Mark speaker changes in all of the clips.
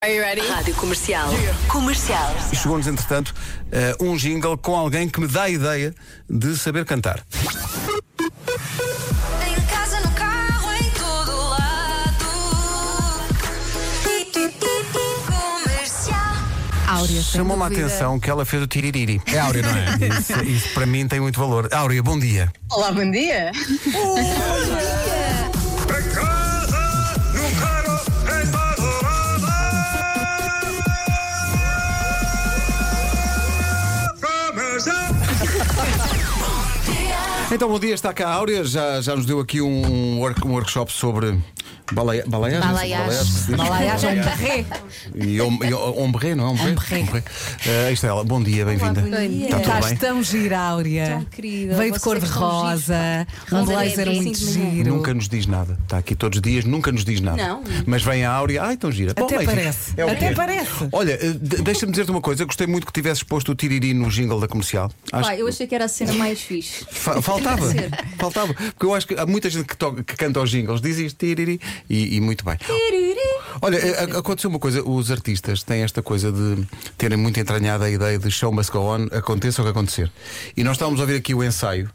Speaker 1: Are you ready?
Speaker 2: Rádio Comercial. Comercial.
Speaker 3: E Chegou-nos, entretanto, eh, um jingle com alguém que me dá a ideia de saber cantar.
Speaker 4: Em casa, no carro, em todo lado. Ti, ti, ti, ti, Comercial.
Speaker 1: Áurea, sem
Speaker 3: Chamou-me a
Speaker 1: dúvida.
Speaker 3: atenção que ela fez o tiririri. É Áurea, não é? isso, isso para mim tem muito valor. Áurea, bom dia.
Speaker 5: Olá, bom dia.
Speaker 6: Em casa, no carro, em madrugada. Comercial.
Speaker 3: Então, bom dia, está cá a Áurea. Já, já nos deu aqui um, work- um workshop sobre baleia, baleias.
Speaker 1: Balaiás. Balaiás é um barré.
Speaker 3: E hom- e hom- hombre, não é? Hombre.
Speaker 1: Hombre.
Speaker 3: Hombre. Eh, aí está ela. Bom dia, bem-vinda. Está tudo
Speaker 1: Estás
Speaker 3: bem?
Speaker 1: tão gira, Áurea.
Speaker 7: Tão querida,
Speaker 1: É. Veio de
Speaker 7: vocês
Speaker 1: cor de
Speaker 7: estão
Speaker 1: rosa, um
Speaker 7: Rosa é
Speaker 1: blazer
Speaker 7: bebê,
Speaker 1: muito
Speaker 7: cinco de manhã.
Speaker 1: giro.
Speaker 3: Nunca nos diz nada. Está aqui todos os dias, nunca nos diz nada.
Speaker 7: Não.
Speaker 3: Mas vem a Áurea. Ai, então gira.
Speaker 1: Até
Speaker 3: Bom, enfim,
Speaker 1: parece.
Speaker 3: é o que
Speaker 1: Até
Speaker 3: é.
Speaker 1: parece.
Speaker 3: Olha, eh, de- deixa-me dizer-te uma coisa. Eu gostei muito que tivesses posto o tiriri no jingle da comercial. Acho
Speaker 7: Pá, eu achei que era a cena mais fixe.
Speaker 3: que fa- faltava.
Speaker 7: Tem que ser.
Speaker 3: faltava. Porque eu acho que há muita gente que, toca- que canta aos jingles, diz isto, tiriri, e, e muito bem. Olha, eh, ac- aconteceu uma coisa. Os artistas têm esta coisa de terem muito entranhada a ideia de show must go on, aconteça o que acontecer. E nós estávamos a ouvir aqui o ensaio.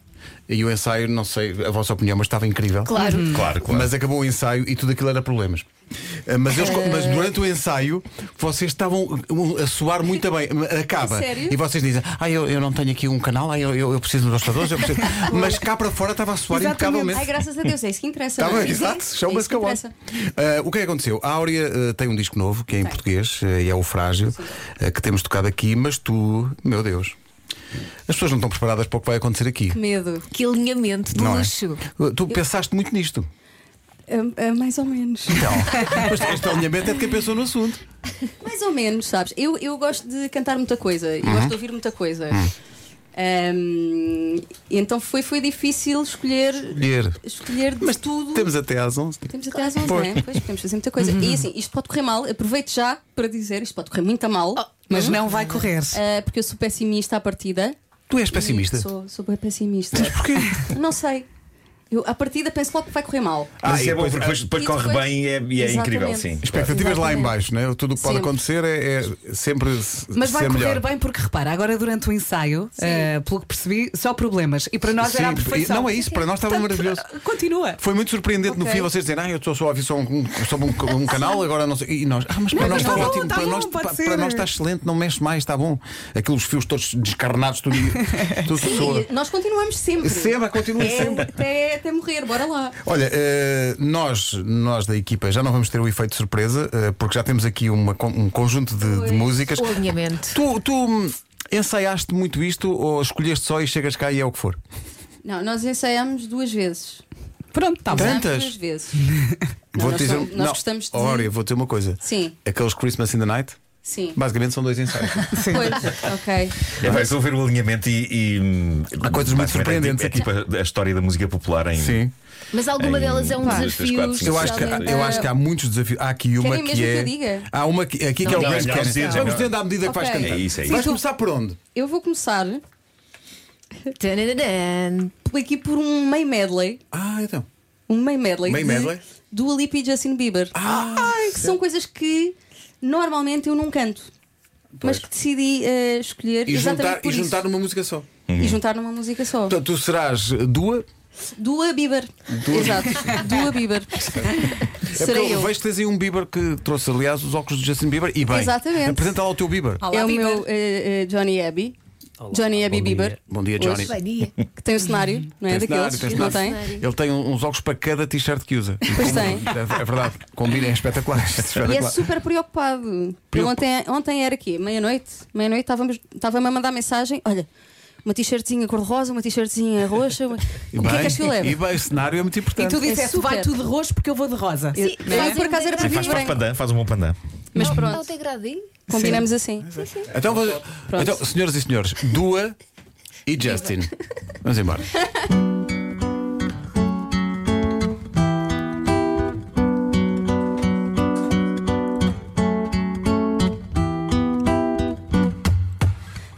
Speaker 3: E o ensaio, não sei a vossa opinião, mas estava incrível.
Speaker 7: Claro.
Speaker 3: Uhum. Claro, claro. Mas acabou o ensaio e tudo aquilo era problemas. Ah, Mas, eles-
Speaker 7: Eh.
Speaker 3: mas durante o ensaio vocês estavam uh, a soar muito bem. Acaba.
Speaker 7: sério?
Speaker 3: E vocês dizem, ah, eu, eu não tenho aqui um canal, ah, eu, eu, eu preciso dos gostadores, eu preciso. mas cá para fora estava a soar impecavelmente.
Speaker 7: Ai, graças a Deus, é isso que interessa.
Speaker 3: Tá
Speaker 7: não é?
Speaker 3: bem, exato,
Speaker 7: é
Speaker 3: chama
Speaker 7: isso
Speaker 3: se
Speaker 7: que interessa.
Speaker 3: O que é que aconteceu? A Áurea eh, tem um disco novo, que é em português, eh, e é o Frágil, eh, que temos tocado aqui, mas tu, meu Deus, as pessoas não estão preparadas para o que vai acontecer aqui.
Speaker 7: Que medo.
Speaker 1: Que alinhamento de
Speaker 3: Não é?
Speaker 1: luxo.
Speaker 3: Tu pensaste muito nisto.
Speaker 1: É,
Speaker 7: Ah, ah, mais ou menos.
Speaker 3: Então, mas este alinhamento é de quem pensou no assunto.
Speaker 7: Mais ou menos, sabes? Eu, eu gosto de cantar muita coisa.
Speaker 3: Uhum.
Speaker 7: Eu gosto de ouvir muita coisa. Ahm, então foi, foi difícil escolher.
Speaker 3: Escolher.
Speaker 7: Escolher de tudo.
Speaker 3: Temos até às 11.
Speaker 7: Temos até às 11, não é? Pois, podemos fazer muita coisa. E assim, isto pode correr mal. Aproveito já para dizer, isto pode correr muito a mal.
Speaker 1: Mas não vai correr.
Speaker 7: ah, porque eu sou pessimista à partida.
Speaker 3: Tu és pessimista.
Speaker 7: Sou, sou bem pessimista. Mas porquê? Não sei. Eu, à partida penso logo que vai correr mal.
Speaker 8: Mas isso é bom porque depois, depois
Speaker 7: E
Speaker 8: corre
Speaker 7: depois-
Speaker 8: bem e é, e é
Speaker 7: Exatamente.
Speaker 8: incrível, sim.
Speaker 3: Expectativas lá em baixo, né? tudo o que pode
Speaker 7: Sempre.
Speaker 3: acontecer é, é sempre se-
Speaker 1: Mas vai
Speaker 3: ser
Speaker 1: correr
Speaker 3: melhor.
Speaker 1: bem porque repara, agora durante o ensaio, eh, pelo que percebi, só problemas. E para nós
Speaker 3: Sim,
Speaker 1: era a perfeição.
Speaker 3: não é isso, para nós estava
Speaker 1: Portanto,
Speaker 3: maravilhoso.
Speaker 1: Continua.
Speaker 3: Foi muito surpreendente no
Speaker 7: Ok.
Speaker 3: fim vocês dizerem, ah, eu estou só a ouvir só um, só um, um canal, agora não sei. E nós, ah, mas para
Speaker 1: Não,
Speaker 3: nós
Speaker 1: tá
Speaker 3: está
Speaker 1: bom,
Speaker 3: ótimo,
Speaker 1: tá
Speaker 3: para,
Speaker 1: bom,
Speaker 3: nós,
Speaker 1: pode
Speaker 3: pa-
Speaker 1: ser.
Speaker 3: para nós está excelente, não mexe mais, está bom. Aqueles fios todos descarnados, tudo, tudo soa.
Speaker 7: Sim, nós continuamos sempre.
Speaker 3: Sempre, continua
Speaker 7: É,
Speaker 3: sempre.
Speaker 7: Até, até morrer, bora lá.
Speaker 3: Olha, eh, nós, nós da equipa já não vamos ter o efeito de surpresa, eh, porque já temos aqui uma con- um conjunto de, de músicas.
Speaker 9: O alinhamento.
Speaker 3: Tu, tu hum, ensaiaste muito isto ou escolheste só e chegas cá e é o que for?
Speaker 7: Não, nós ensaiamos duas vezes.
Speaker 1: Pronto, tá está bom.
Speaker 3: Tanto? Tantas?
Speaker 7: Ensaiamos Duas vezes.
Speaker 3: Vou
Speaker 7: nós
Speaker 3: te dizer,
Speaker 7: somos- nós gostamos de-
Speaker 3: Ora, eu vou dizer uma coisa.
Speaker 7: Sim.
Speaker 3: Aqueles Christmas in the Night,
Speaker 7: Sim.
Speaker 3: basicamente são dois ensaios.
Speaker 7: Pois, ok.
Speaker 8: É, vais ouvir o alinhamento e. e
Speaker 3: Há coisas muito
Speaker 8: basicamente
Speaker 3: surpreendentes
Speaker 8: É tipo, é tipo a, a história da música popular em.
Speaker 9: Mas alguma
Speaker 8: Em
Speaker 9: delas é um
Speaker 8: pá.
Speaker 9: desafio.
Speaker 8: Quatro, cinco,
Speaker 3: Eu acho, que,
Speaker 7: Especialmente-
Speaker 3: eu acho que há muitos desafios. Há aqui uma
Speaker 7: Querem
Speaker 3: que
Speaker 7: mesmo
Speaker 3: é.
Speaker 7: que eu diga?
Speaker 3: Há uma que, aqui que é o
Speaker 8: Não,
Speaker 3: grande
Speaker 8: não,
Speaker 3: que é.
Speaker 8: não, não.
Speaker 3: Vamos tentando à medida que vais
Speaker 7: Ok.
Speaker 3: cantar.
Speaker 8: É isso, é
Speaker 3: Vais
Speaker 7: isso.
Speaker 3: começar por onde?
Speaker 7: Eu vou começar
Speaker 9: Tananana.
Speaker 7: aqui por um meio medley.
Speaker 3: Ah, então.
Speaker 7: Um meio medley.
Speaker 3: Meio
Speaker 7: de
Speaker 3: medley? Ah,
Speaker 7: Dua Lipa e Justin Bieber. Ai, que são coisas que normalmente eu não canto. Mas que decidi eh, escolher
Speaker 3: E
Speaker 7: exatamente
Speaker 3: juntar,
Speaker 7: por
Speaker 3: e
Speaker 7: isso.
Speaker 3: juntar numa música só.
Speaker 7: E juntar numa música só.
Speaker 3: Portanto, tu serás Dua.
Speaker 7: Dua Bieber. Exato. Dua Bieber.
Speaker 3: É porque
Speaker 7: Serei eu.
Speaker 3: vejo que tens aí um Bieber que trouxe, aliás, os óculos de Justin Bieber. E bem,
Speaker 7: Exatamente.
Speaker 3: apresenta lá o teu Bieber.
Speaker 1: Olá,
Speaker 7: É o
Speaker 1: Bieber.
Speaker 7: meu eh, eh, Johnny Abbey. Johnny Abbey Bieber.
Speaker 3: Bom dia, Johnny.
Speaker 9: Bem dia.
Speaker 7: Que tem o cenário, não é?
Speaker 3: Tem
Speaker 7: Daqueles.
Speaker 3: cenário, tem
Speaker 7: não
Speaker 3: cenário.
Speaker 7: tem?
Speaker 3: Ele tem um- uns óculos para cada t-shirt que usa.
Speaker 7: Pois
Speaker 3: Como-
Speaker 7: tem.
Speaker 3: É, é verdade. Combina, é espetacular. É
Speaker 7: E é
Speaker 3: espetacular.
Speaker 7: super preocupado. Eu Ontem, ontem era aqui, meia-noite. Meia-noite estávamos- estava-me a mandar mensagem: olha, uma t-shirtzinha cor-de-rosa, uma t-shirtzinha roxa. uma-
Speaker 3: E
Speaker 7: O que é
Speaker 3: bem,
Speaker 7: que és que eu levo?
Speaker 3: E bem, o cenário é muito
Speaker 1: E
Speaker 3: importante.
Speaker 1: tu disseste,
Speaker 7: super.
Speaker 1: vai tudo de roxo porque eu vou de rosa.
Speaker 7: Eu,
Speaker 9: Sim,
Speaker 7: eu,
Speaker 9: faz
Speaker 7: por acaso era
Speaker 9: um
Speaker 7: para
Speaker 8: Faz,
Speaker 7: vir
Speaker 8: faz
Speaker 7: branco.
Speaker 8: pandan, faz um bom pandan.
Speaker 7: Mas
Speaker 9: É o
Speaker 7: pronto,
Speaker 9: degradinho?
Speaker 7: combinamos assim.
Speaker 3: Então, vou- então, senhoras e senhores, Dua e Justin. Vamos embora.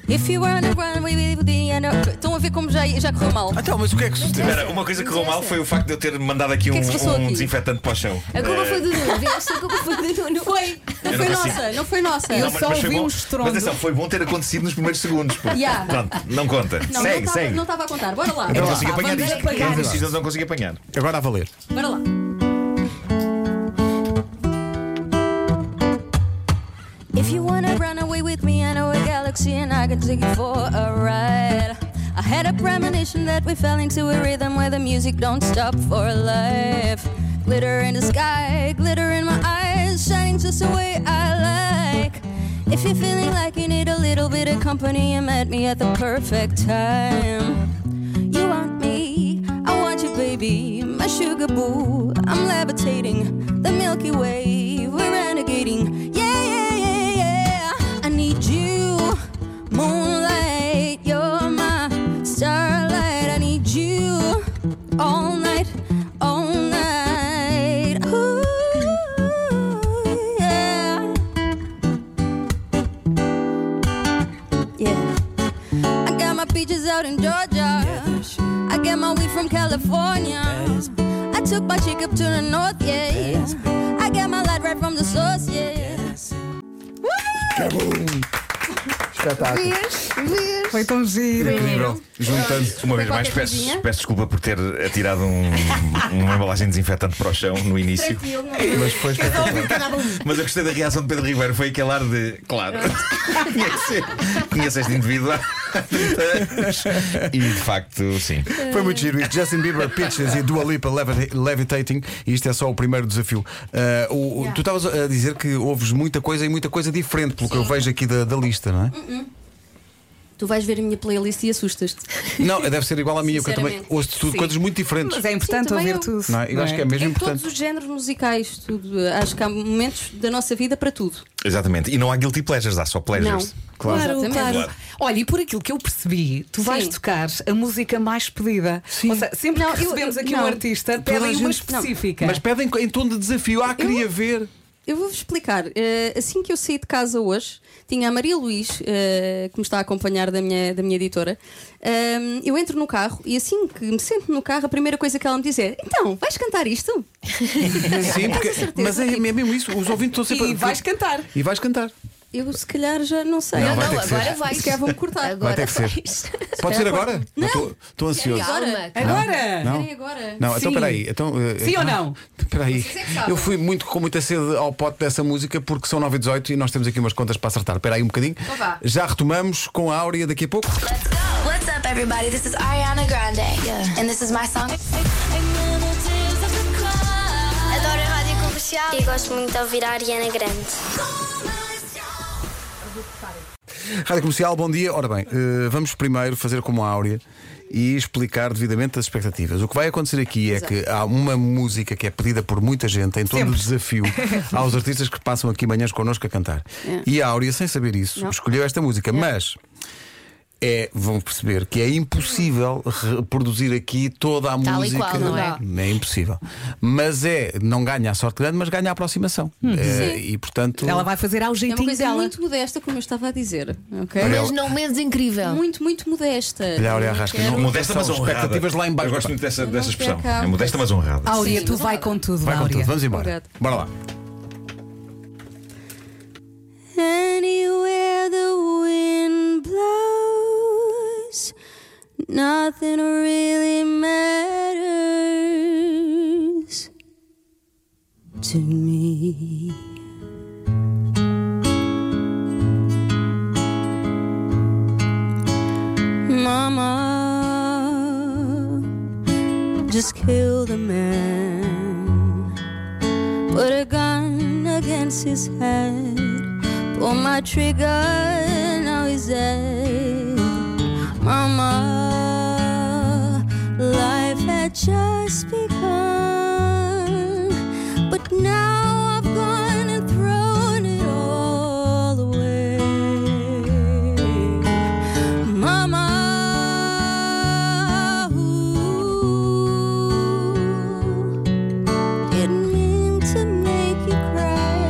Speaker 7: If you wanna run, we will be in a- Estão a
Speaker 10: ver como já, já correu mal.
Speaker 3: Então, mas o que é que sucedeu?
Speaker 8: Espera, uma coisa que correu mal foi o facto de eu ter mandado aqui um,
Speaker 10: que é que se passou
Speaker 8: um
Speaker 10: aqui?
Speaker 8: desinfetante para o chão.
Speaker 7: A culpa
Speaker 8: Eh,
Speaker 7: foi do Nuno. Veste a culpa foi do Nuno.
Speaker 10: Foi, não
Speaker 8: Eu
Speaker 10: foi
Speaker 8: não consigo.
Speaker 10: nossa, não foi nossa.
Speaker 8: não,
Speaker 10: Eu
Speaker 8: mas-
Speaker 10: só
Speaker 8: mas foi
Speaker 10: ouvi
Speaker 8: bom-
Speaker 10: um estrondo.
Speaker 8: Mas atenção, foi bom ter acontecido nos primeiros segundos. porque-
Speaker 10: Yeah.
Speaker 8: Pronto, não conta.
Speaker 10: Não,
Speaker 8: segue,
Speaker 10: não tava-
Speaker 8: segue.
Speaker 10: não estava a contar. Bora lá.
Speaker 8: Eu não
Speaker 10: Bora
Speaker 8: consigo
Speaker 10: lá,
Speaker 8: apanhar
Speaker 10: vamos
Speaker 8: isto.
Speaker 10: apagar
Speaker 8: Quem
Speaker 10: isto.
Speaker 8: decide, eu não consigo apanhar.
Speaker 3: Agora a valer.
Speaker 10: Bora lá.
Speaker 7: If you wanna run away with me, I know a galaxy and I can take you for a ride. I had a premonition that we fell into a rhythm where the music don't stop for life. Glitter in the sky, glitter in my eyes, shining just the way I like. If you're feeling like you need a little bit of company, you met me at the perfect time. You want me, I want you, baby, my sugar boo. I'm levitating the Milky Way, we're renegading. Yeah, yeah, yeah, yeah. I need you, moonlight, you're my starlight. I need you all night, all night. Ooh, yeah. Yeah. I got my peaches out in Georgia. I get my weed from California. I took my chick up to the north, yeah. I get my light right from the source, yeah.
Speaker 3: Espetáculo.
Speaker 1: Foi tão giro.
Speaker 3: Incrível. Juntando.
Speaker 8: Uma vez
Speaker 10: Tem
Speaker 8: mais,
Speaker 10: qualquer
Speaker 8: peço,
Speaker 10: coisinha?
Speaker 8: peço desculpa por ter atirado um- uma embalagem desinfetante para o chão no início.
Speaker 3: Mas depois foi
Speaker 8: Mas eu gostei da reação de Pedro Ribeiro. Foi aquele ar de. Claro. Conhece- Conheço este indivíduo há 30 anos. E de facto, sim.
Speaker 3: Foi muito giro isto. Justin Bieber, Pitches e Dua Lipa Levi- Levitating. E isto é só o primeiro desafio. Ah, o- o- Tu estavas a dizer que ouves muita coisa e muita coisa diferente, pelo que eu vejo aqui da, da lista, não é?
Speaker 10: Tu vais ver a minha playlist e assustas-te.
Speaker 3: Não, deve ser igual à minha, porque eu também
Speaker 10: Sinceramente,
Speaker 3: ouço tudo,
Speaker 10: sim.
Speaker 3: coisas muito diferentes.
Speaker 1: Mas é importante
Speaker 10: também
Speaker 1: ouvir
Speaker 10: eu-
Speaker 1: tudo.
Speaker 3: Não é? Eu
Speaker 1: não
Speaker 3: acho
Speaker 1: é?
Speaker 3: que é mesmo
Speaker 10: Em
Speaker 3: importante.
Speaker 10: todos os géneros musicais, tudo. Acho que há momentos da nossa vida para tudo.
Speaker 8: Exatamente. E não há guilty pleasures, há só
Speaker 3: é.
Speaker 8: pleasures.
Speaker 1: Claro,
Speaker 10: Exatamente.
Speaker 1: claro.
Speaker 8: Claro.
Speaker 1: Olha, e por aquilo que eu percebi, tu vais
Speaker 10: Sim.
Speaker 1: tocar a música mais pedida. Ou seja, sempre
Speaker 10: Não,
Speaker 1: que
Speaker 10: eu-
Speaker 1: recebemos
Speaker 10: eu-
Speaker 1: aqui um
Speaker 10: não.
Speaker 1: artista,
Speaker 10: Toda a
Speaker 1: pedem uma
Speaker 10: gente- não.
Speaker 1: específica.
Speaker 3: Mas pedem em tom de desafio. Ah, queria ver.
Speaker 10: Eu vou-vos explicar. Eh, assim que eu saí de casa hoje, tinha a Maria Luís, eh, que me está a acompanhar da minha, da minha editora. Ehm, eu entro no carro e assim que me sento no carro, a primeira coisa que ela me diz é: Então, vais cantar isto?
Speaker 3: Sim, porque,
Speaker 10: certeza.
Speaker 3: mas é mesmo isso. Os ouvintes estão sempre.
Speaker 1: E vais cantar.
Speaker 3: E vais cantar.
Speaker 10: Eu, se calhar, já não sei.
Speaker 3: Não,
Speaker 7: Não,
Speaker 3: vai ter
Speaker 7: não,
Speaker 3: que ser.
Speaker 7: agora vais.
Speaker 10: Se calhar vão-me cortar.
Speaker 7: Agora
Speaker 3: ter que ser.
Speaker 7: vais.
Speaker 3: Pode ser agora? Estou estou ansioso.
Speaker 7: Calma.
Speaker 1: Agora!
Speaker 3: Não?
Speaker 10: Querem agora?
Speaker 3: Não, então
Speaker 1: Sim.
Speaker 3: espera aí. Então, eh,
Speaker 1: Sim ou
Speaker 3: ah,
Speaker 1: não?
Speaker 3: Espera aí.
Speaker 10: Vocês é que sabem.
Speaker 3: Eu fui muito, com muita sede ao pote dessa música porque são 9 e 18 e nós temos aqui umas contas para acertar. Espera aí um bocadinho.
Speaker 10: Então vá.
Speaker 3: Já retomamos com a Áurea daqui a pouco.
Speaker 2: What's up, everybody? This is Ariana Grande. And this is my song. Adoro a rádio comercial.
Speaker 11: E gosto muito de ouvir a Ariana Grande.
Speaker 3: Rádio Comercial, bom dia. Ora bem, eh, vamos primeiro fazer como a Áurea e explicar devidamente as expectativas. O que vai acontecer aqui é que há uma música que é pedida por muita gente em todo o
Speaker 1: Sempre.
Speaker 3: desafio aos artistas que passam aqui manhãs connosco a cantar.
Speaker 7: É.
Speaker 3: E a Áurea, sem saber isso, escolheu esta música, mas. É, vão perceber que é impossível reproduzir aqui toda a
Speaker 7: Tal e
Speaker 3: música.
Speaker 7: qual, não é?
Speaker 3: é impossível. Mas é, não ganha a sorte grande, mas ganha a aproximação.
Speaker 7: Hum.
Speaker 3: Eh, e portanto.
Speaker 1: Ela vai fazer ao
Speaker 10: É uma
Speaker 1: jeitinho
Speaker 10: coisa
Speaker 1: dela.
Speaker 10: muito modesta, como eu estava a dizer. ok?
Speaker 3: Olha,
Speaker 7: Mas não menos
Speaker 9: Tá.
Speaker 7: incrível.
Speaker 10: Muito, muito modesta.
Speaker 3: Olha, Áurea Arrasca,
Speaker 10: Quero-
Speaker 3: não-
Speaker 8: Modesta,
Speaker 3: São
Speaker 8: mas honrada.
Speaker 3: expectativas lá em baixo.
Speaker 8: Eu gosto muito dessa, dessa
Speaker 10: quero
Speaker 8: expressão.
Speaker 10: cá-
Speaker 8: É modesta, mas honrada.
Speaker 1: Áurea,
Speaker 10: Sim,
Speaker 1: tu
Speaker 10: mas
Speaker 1: vai
Speaker 10: vá.
Speaker 1: com tudo,
Speaker 3: Vai com
Speaker 1: Áurea.
Speaker 3: tudo, vamos embora.
Speaker 10: Obrigada.
Speaker 3: Bora lá.
Speaker 7: Anywhere the wind blows, nothing really matters to me. Mama, just kill the man put a gun against his head. Pull my trigger, now he's dead. Mama, life had just begun, but now I've gone and thrown it all away. Mama, ooh, didn't mean to make you cry.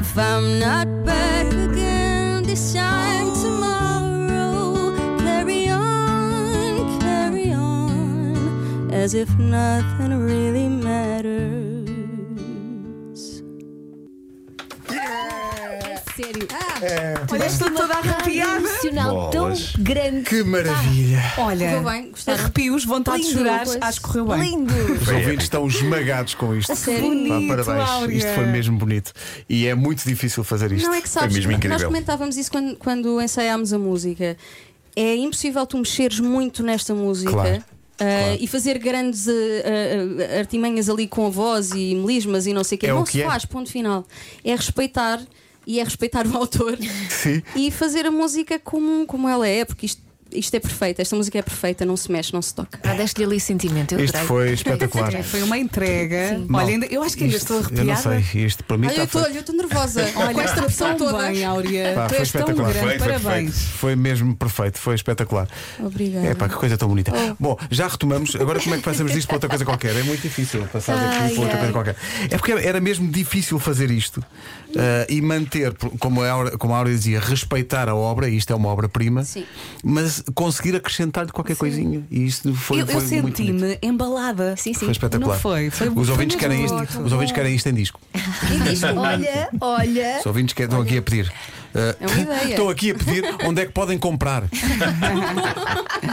Speaker 7: If I'm not back again this time tomorrow, carry on
Speaker 10: as if nothing really matters.
Speaker 9: Sério.
Speaker 1: Olha, estou toda arrepiada.
Speaker 9: emocional tão
Speaker 8: Bolas.
Speaker 9: grande.
Speaker 3: Que maravilha!
Speaker 1: Olha,
Speaker 7: Ficou bem, gostaram?
Speaker 1: arrepios, vontade de
Speaker 9: Lindo,
Speaker 1: chorar,
Speaker 9: pois.
Speaker 1: acho que correu bem.
Speaker 9: Lindo.
Speaker 3: Os ouvintes estão esmagados com isto.
Speaker 1: Bonito,
Speaker 3: Pá, parabéns,
Speaker 1: Áurea.
Speaker 3: isto foi mesmo bonito. E é muito difícil fazer isto.
Speaker 7: Não é que sabes,
Speaker 8: mesmo
Speaker 7: nós
Speaker 8: incrível.
Speaker 7: comentávamos isso quando, quando ensaiámos a música. É impossível tu mexeres muito nesta música.
Speaker 3: Claro,
Speaker 7: ah, E fazer grandes ah, ah, ah, artimanhas ali com a voz e melismas e não sei o quê.
Speaker 3: É
Speaker 7: não
Speaker 3: o que
Speaker 7: se
Speaker 3: é.
Speaker 7: faz, ponto final. É respeitar e é respeitar o autor
Speaker 3: Sim.
Speaker 7: e fazer a música como, como ela é, porque isto, isto é perfeito. Esta música é perfeita, não se mexe, não se toca.
Speaker 9: Ah, deste-lhe ali sentimento. Eu
Speaker 3: Isto
Speaker 9: adorei.
Speaker 3: foi espetacular.
Speaker 1: Foi uma entrega. Olha,
Speaker 3: Mal.
Speaker 1: ainda, eu acho que ainda
Speaker 3: Isto-
Speaker 1: estou
Speaker 3: Eu não
Speaker 1: arrepiada.
Speaker 3: sei, isto para mim tá
Speaker 7: Ai,
Speaker 3: está
Speaker 7: eu estou
Speaker 3: feito.
Speaker 7: olha, eu estou nervosa com
Speaker 1: Olha,
Speaker 7: esta pressão
Speaker 1: tão
Speaker 7: toda.
Speaker 1: bem, Áurea.
Speaker 3: Pá, tá,
Speaker 1: tu
Speaker 3: foi
Speaker 1: és tão
Speaker 3: espetacular.
Speaker 8: Foi,
Speaker 1: grande.
Speaker 8: foi
Speaker 1: Parabéns.
Speaker 3: Foi mesmo perfeito, foi espetacular.
Speaker 7: Obrigada.
Speaker 3: É pá, que coisa tão bonita.
Speaker 1: Oh.
Speaker 3: Bom, já retomamos. Agora, como é que passamos disto para outra coisa qualquer? É muito difícil passar daqui para outra coisa qualquer. É porque era- era mesmo difícil fazer isto ah, e manter, por- como a, Aura, como a Áurea dizia, respeitar a obra. Isto é uma obra-prima,
Speaker 7: Sim.
Speaker 3: mas conseguir acrescentar-lhe qualquer coisinha. E isto foi,
Speaker 1: eu
Speaker 3: foi muito
Speaker 1: eu
Speaker 3: bonito.
Speaker 1: senti-me embalada.
Speaker 9: Sim, sim.
Speaker 3: Foi espetacular.
Speaker 1: Não foi? Foi-
Speaker 3: os
Speaker 1: foi
Speaker 3: ouvintes
Speaker 1: mesmo
Speaker 3: querem isto,
Speaker 1: ótimo.
Speaker 3: os ouvintes querem isto em disco.
Speaker 9: E diz, olha, olha.
Speaker 3: Os ouvintes que estão aqui a pedir. Ah,
Speaker 7: É uma ideia.
Speaker 3: estão aqui a pedir onde é que podem comprar.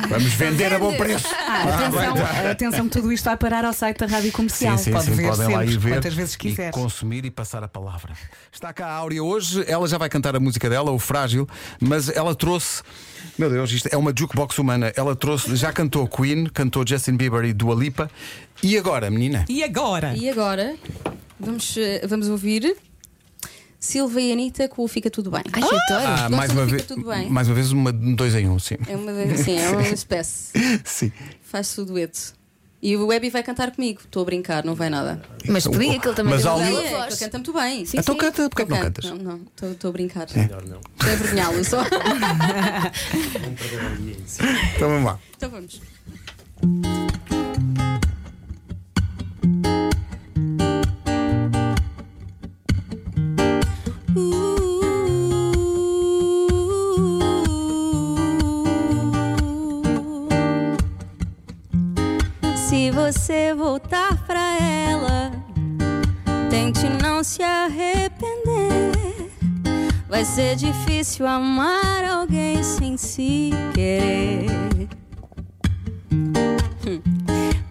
Speaker 3: Vamos vender a bom preço.
Speaker 1: Ah, Atenção, atenção, que tudo isto vai parar ao site da Rádio Comercial. Pode ver
Speaker 3: podem lá
Speaker 1: sempre,
Speaker 3: ir ver
Speaker 1: quantas vezes
Speaker 3: E
Speaker 1: quiser.
Speaker 3: consumir e passar a palavra. Está cá a Áurea hoje, ela já vai cantar a música dela, o Frágil, mas ela trouxe. Meu Deus, isto é uma jukebox humana. Ela trouxe, já cantou Queen, cantou Justin Bieber e Dua Lipa. E agora, menina?
Speaker 1: E agora?
Speaker 7: E agora vamos, eh, vamos ouvir Silva e Anitta com o Fica Tudo Bem.
Speaker 9: Ai, que adoro.
Speaker 3: Ah,
Speaker 1: então
Speaker 3: mais
Speaker 7: Gostam
Speaker 3: uma
Speaker 7: de
Speaker 3: vez,
Speaker 7: Fica Tudo Bem?
Speaker 3: mais uma vez uma dois em um, sim.
Speaker 7: É uma, sim, é uma espécie.
Speaker 3: sim.
Speaker 7: Faz-se o dueto. E o Webby vai cantar comigo. Estou a brincar, não vai nada.
Speaker 9: Mas podia que ele também
Speaker 3: Mas
Speaker 9: deu
Speaker 3: há
Speaker 9: uma
Speaker 3: um-
Speaker 7: Ele
Speaker 9: bela
Speaker 7: é,
Speaker 9: voz.
Speaker 7: ele canta muito bem. Sim,
Speaker 3: Então
Speaker 7: sim.
Speaker 3: canta, porque é que não
Speaker 7: Eu canto.
Speaker 3: cantas?
Speaker 7: Não, não, estou- estou a brincar. Melhor não. Estou a vergonhá-lo só.
Speaker 3: Então vamos lá.
Speaker 7: então vamos.
Speaker 10: Se você voltar pra ela, tente não se arrepender. Vai ser difícil amar alguém sem se querer. Hum.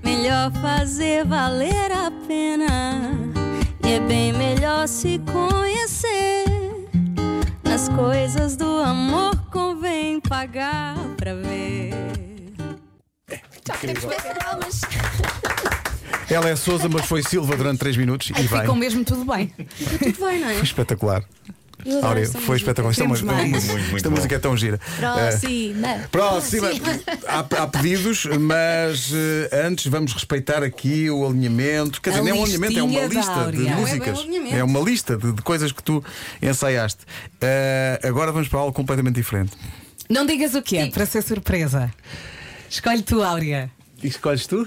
Speaker 10: Melhor fazer valer a pena. E é bem melhor se conhecer. Nas coisas do amor convém pagar pra ver.
Speaker 3: Ela é Souza, mas foi Silva durante 3 minutos e vai.
Speaker 1: Ficou mesmo tudo bem.
Speaker 7: Tudo bem, não é?
Speaker 3: Espetacular.
Speaker 7: Eu adoro
Speaker 3: Áurea,
Speaker 7: esta
Speaker 3: foi
Speaker 7: música.
Speaker 3: espetacular. Esta,
Speaker 1: Temos
Speaker 3: música-
Speaker 1: mais.
Speaker 3: Esta
Speaker 8: Muito, muito
Speaker 3: música é tão gira.
Speaker 9: Próxima.
Speaker 3: Eh, próxima. Há, há pedidos, mas eh, antes vamos respeitar aqui o alinhamento. Quer
Speaker 1: A
Speaker 3: dizer, não é um alinhamento, é uma
Speaker 1: listinha da
Speaker 3: lista de
Speaker 1: Áurea. Não é bem
Speaker 3: músicas.
Speaker 7: um alinhamento.
Speaker 3: uma lista de, de coisas que tu ensaiaste. Eh, agora vamos para algo completamente diferente.
Speaker 1: Não digas o que é, para ser surpresa. Escolhe tu, Áurea.
Speaker 3: E escolhes tu?
Speaker 7: Não,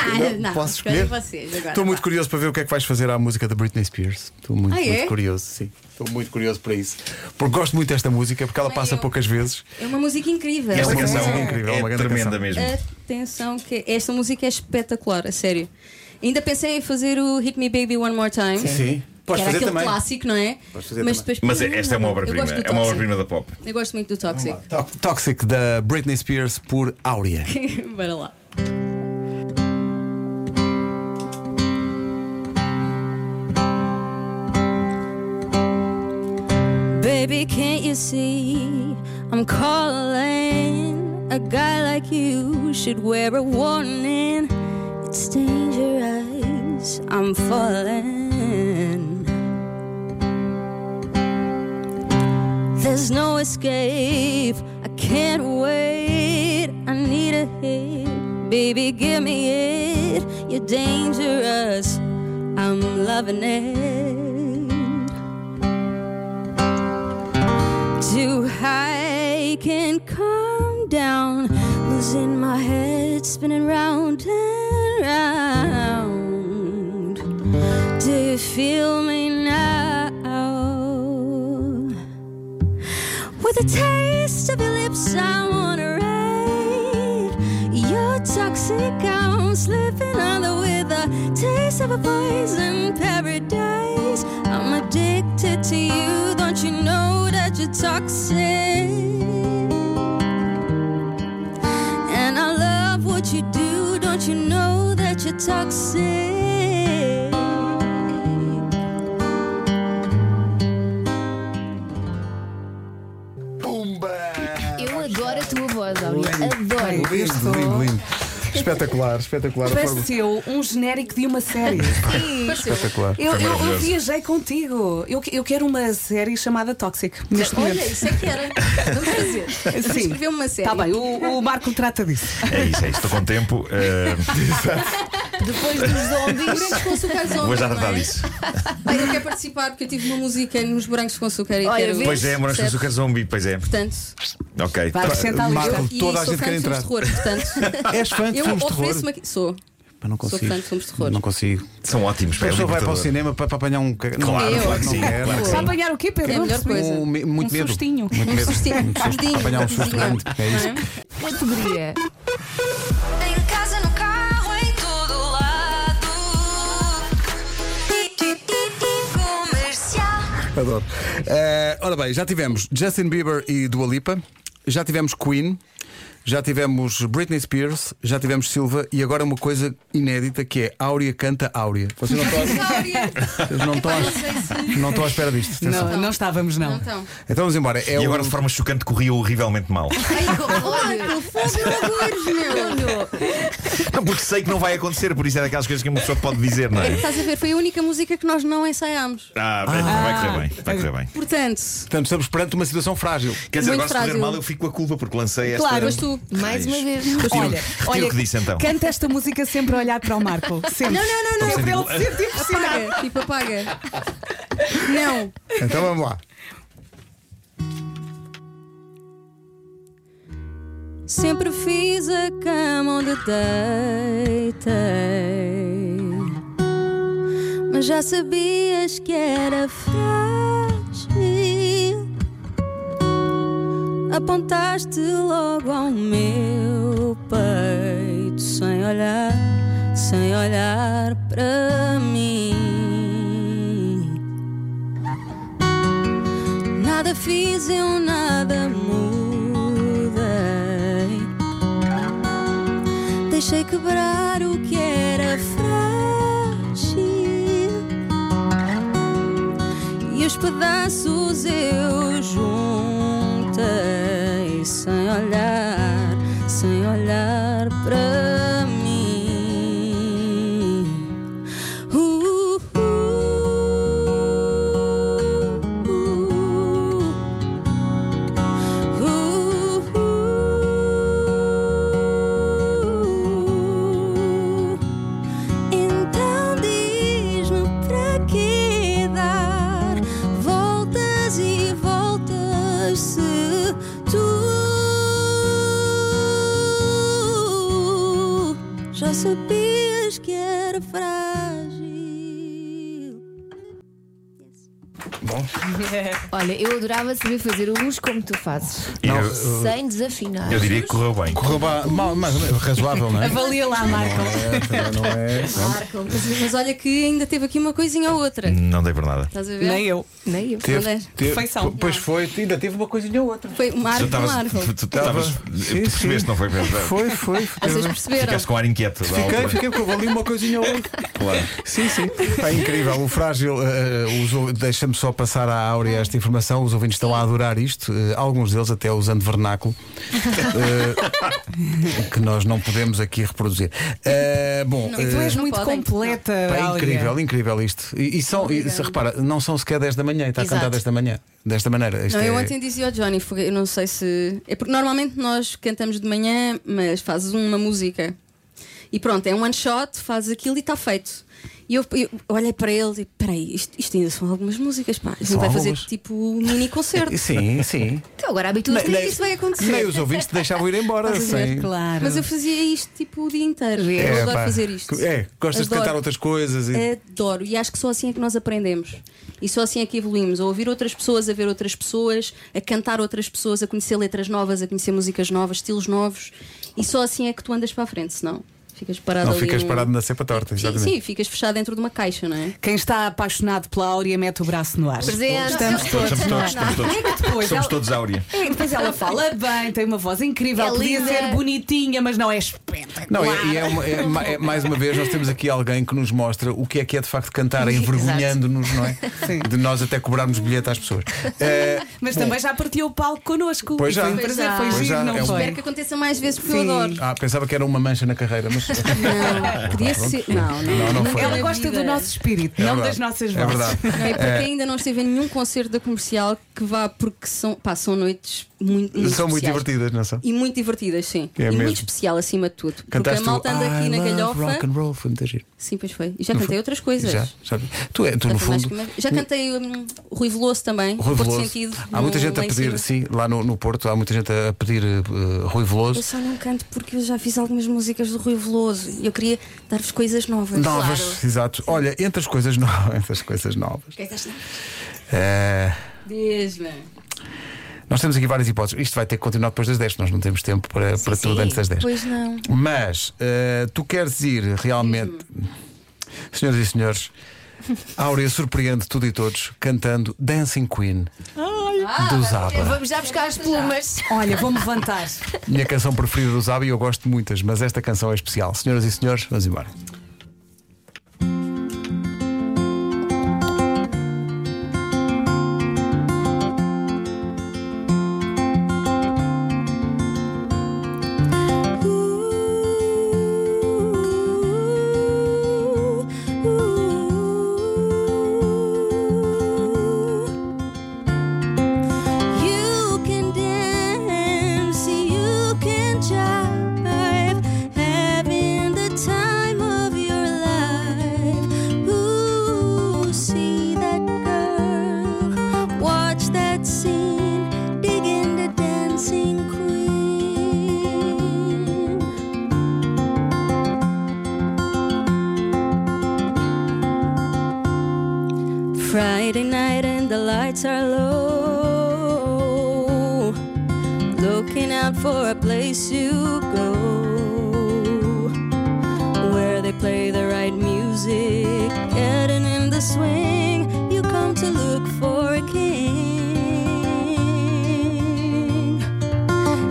Speaker 7: Ah, não.
Speaker 3: Posso
Speaker 7: escolhem
Speaker 3: escolher?
Speaker 7: vocês agora.
Speaker 3: Estou muito curioso para ver o que é que vais fazer à música da Britney Spears. Estou muito,
Speaker 7: Ah, é?
Speaker 3: muito curioso, sim. Estou muito curioso para isso. Porque gosto muito desta música, porque ela passa
Speaker 7: eu.
Speaker 3: poucas vezes.
Speaker 7: É uma música incrível. É,
Speaker 8: Esta
Speaker 3: uma
Speaker 8: canção
Speaker 3: música
Speaker 8: é,
Speaker 3: incrível, uma grande
Speaker 8: tremenda
Speaker 3: canção.
Speaker 8: mesmo.
Speaker 7: Atenção, que esta música é espetacular, a sério. Ainda pensei em fazer o Hit Me Baby One More Time.
Speaker 3: Sim. Podes
Speaker 7: que era
Speaker 3: fazer
Speaker 7: aquele
Speaker 3: também.
Speaker 7: clássico, não é?
Speaker 3: Podes fazer
Speaker 7: mas,
Speaker 3: também.
Speaker 7: depois,
Speaker 8: Mas esta é uma obra-prima.
Speaker 7: Eu gosto do
Speaker 8: É uma
Speaker 7: Toxic.
Speaker 8: obra-prima da pop.
Speaker 7: Eu gosto muito do Toxic.
Speaker 3: To- Toxic da Britney Spears por Áurea.
Speaker 7: Bora lá.
Speaker 10: Baby, can't you see? I'm calling. A guy like you should wear a warning. It's dangerous. I'm falling. There's no escape. I can't wait. I need a hit. Baby, give me it. You're dangerous. I'm loving it. to hike and calm down. Losing my head, spinning round and round. Do you feel me now? With the taste of your lips, I wanna ride. You're toxic, I'm
Speaker 7: I'm slipping under with a taste of a poison paradise. I'm addicted to you. Don't you know that you're toxic? And I love what you do. Don't you know that you're toxic?
Speaker 9: Eu adoro a tua voz, Áurea. Adoro.
Speaker 3: Lindo, lindo, lindo. Espetacular, espetacular. A forma-
Speaker 1: Pareceu um genérico de uma série.
Speaker 3: Espetacular.
Speaker 1: Eu, eu- eu
Speaker 8: maravilhoso.
Speaker 1: viajei contigo. Eu, que- eu quero uma série chamada Toxic. Neste
Speaker 10: Olha,
Speaker 1: momento.
Speaker 10: isso é que era. Vamos fazer. Vamos
Speaker 1: Sim.
Speaker 10: escrever uma série.
Speaker 1: Está bem, o, o Marco trata disso.
Speaker 8: É isso, é isso. Estou com tempo. eh,
Speaker 9: Depois dos zombies.
Speaker 10: Morangos com açúcar
Speaker 8: vou
Speaker 10: zombies,
Speaker 8: já
Speaker 10: não
Speaker 8: tratar
Speaker 10: é?
Speaker 8: disso.
Speaker 10: Ah, eu quero participar porque eu tive uma música nos morangos com açúcar e
Speaker 9: Olha,
Speaker 10: quero.
Speaker 9: vês?
Speaker 8: Pois é, morangos com
Speaker 10: Percebes?
Speaker 8: açúcar zombi. Pois é.
Speaker 10: Portanto,
Speaker 8: Ok. Então,
Speaker 1: Vai acrescentar a lista.
Speaker 3: Marco,
Speaker 10: e
Speaker 3: toda a
Speaker 10: sou
Speaker 3: gente
Speaker 10: fã
Speaker 3: quer
Speaker 10: de filmes
Speaker 3: entrar.
Speaker 10: de terror, portanto.
Speaker 3: És fã de
Speaker 10: eu
Speaker 3: filmes de terror?
Speaker 10: ofereço-me aqui. Sou.
Speaker 3: Mas não
Speaker 10: Sou
Speaker 3: consigo.
Speaker 10: fã de filmes de terror.
Speaker 3: Não consigo.
Speaker 8: São ótimos.
Speaker 3: A
Speaker 8: pá, é
Speaker 3: pessoa vai para o
Speaker 8: libertador.
Speaker 3: cinema para, para apanhar um. ca-
Speaker 8: Claro,
Speaker 10: Eu.
Speaker 8: claro que sim.
Speaker 3: Não quer,
Speaker 8: Claro que
Speaker 1: Para
Speaker 8: sim.
Speaker 1: apanhar o quê, Pedro?
Speaker 10: É a melhor coisa.
Speaker 3: Um, me- muito
Speaker 1: Um
Speaker 3: medo.
Speaker 1: sustinho.
Speaker 3: Muito
Speaker 10: Um
Speaker 3: medo.
Speaker 10: sustinho.
Speaker 3: Muito susto.
Speaker 10: Tudinho,
Speaker 3: Apanhar um susto
Speaker 10: tudinho.
Speaker 3: grande. É isso.
Speaker 9: Categoria.
Speaker 2: Em casa, no carro, em todo lado. Ti, ti, ti, ti, Comercial.
Speaker 10: é?
Speaker 3: Adoro. Eh, ora bem, já tivemos Justin Bieber e Dua Lipa, já tivemos Queen, já tivemos Britney Spears, já tivemos Silva e agora uma coisa inédita que é Áurea canta Áurea. Vocês não estão a-
Speaker 10: Áurea.
Speaker 3: vocês não estão
Speaker 10: Epá,
Speaker 3: a-
Speaker 10: não sei se-
Speaker 3: não estão à espera disto. atenção.
Speaker 1: Não, não estávamos, não.
Speaker 7: tá.
Speaker 10: Então.
Speaker 3: Então vamos embora. É
Speaker 8: E agora
Speaker 3: o-
Speaker 8: de forma chocante corria horrivelmente mal.
Speaker 9: Ai, olha.
Speaker 10: Marco, fogo no meu.
Speaker 8: Não, porque sei que não vai acontecer, por isso é daquelas coisas que uma pessoa pode dizer, não é?
Speaker 10: Estás a ver? Foi a única música que nós não ensaiámos.
Speaker 8: Ah, bem, vai correr bem, vai correr bem.
Speaker 10: Portanto,
Speaker 3: Portanto, estamos perante uma situação frágil.
Speaker 8: Quer dizer,
Speaker 10: Muito
Speaker 8: agora se correr
Speaker 10: frágil.
Speaker 8: mal eu fico com a culpa porque lancei esta.
Speaker 10: claro, mas tu.
Speaker 9: Mais uma vez.
Speaker 8: Retiro, retiro o que disse então.
Speaker 1: Canta esta música sempre a olhar para o Marco. Sempre.
Speaker 10: Não, não, não, não.
Speaker 1: É para ele se sentir
Speaker 7: é?
Speaker 1: impressionado.
Speaker 10: Apaga. Tipo, apaga. Não.
Speaker 3: Então vamos lá.
Speaker 7: Sempre fiz a cama onde deitei Mas já sabias que era frágil Apontaste logo ao meu peito Sem olhar, sem olhar para mim Nada fiz, eu nada mudei. Deixei quebrar o que era frágil. E os pedaços eu juntei, sem olhar, sem olhar para mim. Uh, uh, uh. Então diz-me para que dar voltas e voltas se tu já sabias que era frágil.
Speaker 9: Olha, eu adorava saber fazer a luz como tu fazes.
Speaker 8: E eu,
Speaker 9: Sem desafinar.
Speaker 8: eu diria que correu bem.
Speaker 3: Correu ba- mal, mas razoável, não é?
Speaker 1: Avalia lá, Marco.
Speaker 3: Não é?
Speaker 10: Mas, mas olha que ainda teve aqui uma coisinha ou outra.
Speaker 8: Não dei por nada.
Speaker 10: Estás a ver?
Speaker 1: Nem eu.
Speaker 9: Nem eu.
Speaker 3: Teve,
Speaker 10: é?
Speaker 3: teve-
Speaker 1: Refeição.
Speaker 3: pois foi, ainda teve uma coisinha ou outra.
Speaker 10: Foi uma
Speaker 8: Tu
Speaker 10: árvore com uma
Speaker 8: estavas.
Speaker 10: árvore.
Speaker 8: Tu estavas.
Speaker 3: Tava.
Speaker 8: Tu
Speaker 3: Sim,
Speaker 8: percebeste,
Speaker 3: sim.
Speaker 8: não foi?
Speaker 3: Foi, foi. foi.
Speaker 10: Vocês perceberam?
Speaker 8: Ficaste com ar inquieto. da
Speaker 3: Fiquei,
Speaker 8: altura.
Speaker 3: fiquei porque eu ali uma coisinha ou outra.
Speaker 8: Claro.
Speaker 3: Sim, sim. É incrível. O frágil, eh, os ou- deixa-me só passar à Áurea esta informação. Os ouvintes estão a adorar isto, eh, alguns deles até usando vernáculo, eh, que nós não podemos aqui reproduzir. Eh, bom,
Speaker 1: E tu
Speaker 3: eh,
Speaker 1: és
Speaker 10: Não então
Speaker 1: muito
Speaker 10: podem.
Speaker 1: completa.
Speaker 3: pá, é
Speaker 1: Áurea.
Speaker 3: incrível, incrível isto. E, e são, e, se- repara, não são sequer 10 da manhã, e está a
Speaker 10: Exato.
Speaker 3: cantar desta manhã, desta maneira. Isto
Speaker 10: Não, eu
Speaker 3: é-
Speaker 10: ontem dizia ao Johnny, foi- eu não sei se. É porque normalmente nós cantamos de manhã, mas fazes uma música. E pronto, é um one shot, fazes aquilo e está feito. E eu, eu olhei para ele e peraí, isto, isto ainda são algumas músicas, pá. A gente
Speaker 3: São
Speaker 10: vai
Speaker 3: algumas.
Speaker 10: fazer tipo um mini concerto.
Speaker 3: Sim, sim.
Speaker 9: Então agora habituas-te a
Speaker 10: isso vai acontecer.
Speaker 3: Nem os ouvintes te deixavam ir embora.
Speaker 10: Estás a ver?
Speaker 3: Sim.
Speaker 1: Claro.
Speaker 10: Mas é eu fazia isto tipo o dia inteiro.
Speaker 9: É,
Speaker 10: eu adoro
Speaker 3: pá.
Speaker 10: fazer isto.
Speaker 3: É, gostas de
Speaker 10: Adoro. É,
Speaker 3: cantar outras coisas. E...
Speaker 10: Adoro, e acho que só assim é que nós aprendemos. E só assim é que evoluímos. A ouvir outras pessoas, a ver outras pessoas, a cantar outras pessoas, a conhecer letras novas, a conhecer músicas novas, estilos novos. E só assim é que tu andas para a frente, senão. Ficas parado
Speaker 3: Não
Speaker 10: ali
Speaker 3: ficas
Speaker 10: num-
Speaker 3: parado na cepa torta,
Speaker 10: Sim,
Speaker 3: exatamente.
Speaker 10: sim, ficas fechado dentro de uma caixa, não é?
Speaker 1: Quem está apaixonado pela Áurea mete o braço no ar.
Speaker 9: Presente.
Speaker 1: Estamos todos.
Speaker 8: Somos todos, estamos todos.
Speaker 1: É que depois
Speaker 8: Somos
Speaker 1: ela-
Speaker 8: todos áurea.
Speaker 1: É que depois ela fala bem, tem uma voz incrível,
Speaker 9: É
Speaker 1: podia
Speaker 9: linda.
Speaker 1: ser bonitinha, mas não é espetacular.
Speaker 3: Não, e- e é, uma- é ma- é mais uma vez, nós temos aqui alguém que nos mostra o que é que é de facto cantar, envergonhando-nos, não é?
Speaker 1: Sim.
Speaker 3: De nós até cobrarmos bilhete às pessoas. Eh,
Speaker 1: Mas também já partilhou o palco connosco.
Speaker 3: Pois
Speaker 1: E
Speaker 3: já.
Speaker 1: Foi um
Speaker 3: Pois
Speaker 1: prazer,
Speaker 10: já.
Speaker 1: foi
Speaker 3: Pois
Speaker 1: giro,
Speaker 3: já,
Speaker 1: não
Speaker 3: é um-
Speaker 1: foi?
Speaker 10: Espero que aconteça mais vezes porque eu
Speaker 1: Sim.
Speaker 10: adoro.
Speaker 3: ah, pensava que era uma mancha na carreira, mas. é Ah,
Speaker 10: Não, podia ser. Não, não.
Speaker 3: Não, não
Speaker 10: nunca
Speaker 3: foi.
Speaker 10: na
Speaker 1: Ela gosta
Speaker 10: vida.
Speaker 1: do nosso espírito,
Speaker 3: É
Speaker 1: não
Speaker 3: verdade.
Speaker 1: das nossas
Speaker 3: É
Speaker 1: vozes.
Speaker 3: verdade.
Speaker 10: Não, é porque ainda não esteve em nenhum concerto da comercial que vá, porque são, pá, são noites muito. muito
Speaker 3: São muito
Speaker 10: especiais.
Speaker 3: divertidas, não são?
Speaker 10: é E muito divertidas, sim.
Speaker 3: É
Speaker 10: e
Speaker 3: mesmo.
Speaker 10: muito especial acima de tudo. Porque
Speaker 3: Cantaste
Speaker 10: a malta
Speaker 3: o
Speaker 10: anda
Speaker 3: I
Speaker 10: aqui na
Speaker 3: love Rock
Speaker 10: galhofa.
Speaker 3: and roll, foi muito giro.
Speaker 10: Sim, pois foi. E já cantei outras coisas.
Speaker 3: Já, já. Tu, é- tu
Speaker 10: Já,
Speaker 3: no
Speaker 10: cantei mais
Speaker 3: fundo.
Speaker 10: que uma- já cantei hum, Rui Veloso também,
Speaker 3: Rui
Speaker 10: Porto
Speaker 3: Veloso.
Speaker 10: Sentido.
Speaker 3: Há muita
Speaker 10: no-
Speaker 3: gente a
Speaker 10: lá em
Speaker 3: pedir,
Speaker 10: cima.
Speaker 3: sim, lá no, no Porto, há muita gente a pedir eh, Rui Veloso.
Speaker 10: Eu só não canto porque eu já fiz algumas músicas do Rui Veloso e eu queria dar-vos coisas novas.
Speaker 3: Novas, exato. Olha, entre as coisas novas, entre as coisas novas. eh,
Speaker 10: Mesmo.
Speaker 3: nós temos aqui várias hipóteses. Isto vai ter que continuar depois das 10, nós não temos tempo para, para tudo antes das 10.
Speaker 10: Pois não.
Speaker 3: Mas eh, tu queres ir realmente,
Speaker 10: Hum.
Speaker 3: senhoras e senhores, Áurea surpreende tudo e todos cantando Dancing Queen
Speaker 10: Ah,
Speaker 3: do Zaba.
Speaker 9: Vamos já buscar as plumas.
Speaker 1: Olha, vou-me levantar.
Speaker 3: Minha canção preferida do Zaba e eu gosto de muitas, mas esta canção é especial. Senhoras e senhores, vamos embora.
Speaker 7: You can dance, you can jive, having the time of your life. Ooh, see that girl, watch that scene, dig in the dancing queen. Friday night and the lights are low. Looking out for a place to go where they play the right music. Getting in the swing, you come to look for a king.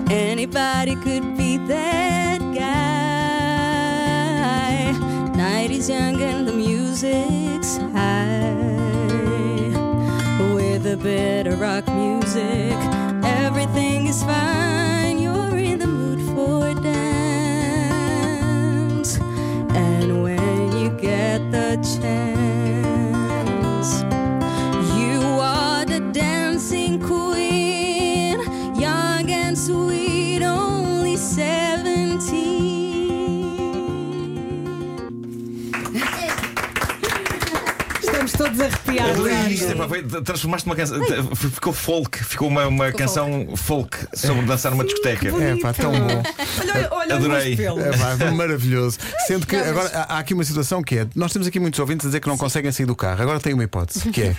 Speaker 7: Anybody could be that guy. Night is young and the music's high. With a bit of rock music, everything is fine. You're in the mood for a dance. And when you get the chance, you are the dancing queen, young and sweet, only 17.
Speaker 1: Estamos todos arrepiados.
Speaker 3: É
Speaker 8: Isto, epá, foi- Transformaste uma canção. Ficou folk, ficou uma, uma canção folk sobre dançar numa discoteca.
Speaker 3: É pá, tão bom.
Speaker 1: Olha, olha o
Speaker 8: Adorei.
Speaker 1: nosso pelo.
Speaker 3: É pá, maravilhoso. Sendo que agora há- há aqui uma situação que é: nós temos aqui muitos ouvintes a dizer que não conseguem sair do carro. Agora tem uma hipótese, que é: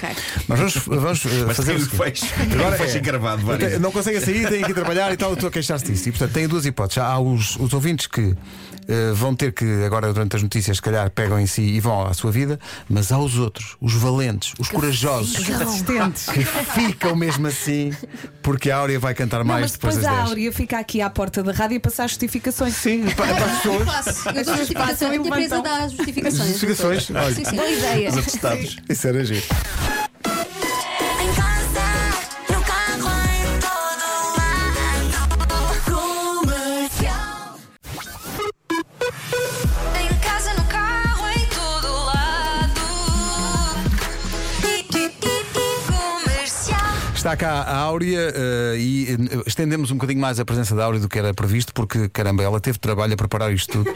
Speaker 3: nós vamos, vamos eh,
Speaker 8: Mas
Speaker 3: fazer.
Speaker 8: tem um
Speaker 3: o
Speaker 8: o
Speaker 3: seguinte.
Speaker 8: fecho. Agora fecho encravado, várias.
Speaker 3: Não conseguem sair, têm que ir trabalhar e tal. Eu Estou a queixar-se disso. E portanto, têm duas hipóteses. Há os, os ouvintes que eh, vão ter que, agora durante as notícias, se calhar pegam em si e vão à sua vida, mas há os outros, os valentes, os corajosos,
Speaker 1: Resistentes.
Speaker 3: que ficam mesmo assim, porque a Áurea vai cantar
Speaker 1: Não,
Speaker 3: mais
Speaker 1: mas
Speaker 3: depois
Speaker 1: depois a
Speaker 3: das 10.
Speaker 1: Áurea fica aqui à porta da rádio e passa as justificações.
Speaker 3: Sim, para, para as pessoas.
Speaker 10: Eu um. dou justificação, a
Speaker 1: levantam.
Speaker 10: empresa dá as justificações.
Speaker 3: Justificações, olha.
Speaker 10: Sim, sim.
Speaker 9: Boa ideia.
Speaker 8: Os atestados.
Speaker 3: Isso era giro.
Speaker 2: Em casa, no carro, em todo lado. Comercial. Em casa, no carro, em todo lado. Ti, ti, ti, ti, Comercial.
Speaker 3: Está cá a Áurea eh, e eh, estendemos um bocadinho mais a presença da Áurea do que era previsto, porque caramba, ela teve trabalho a preparar isto tudo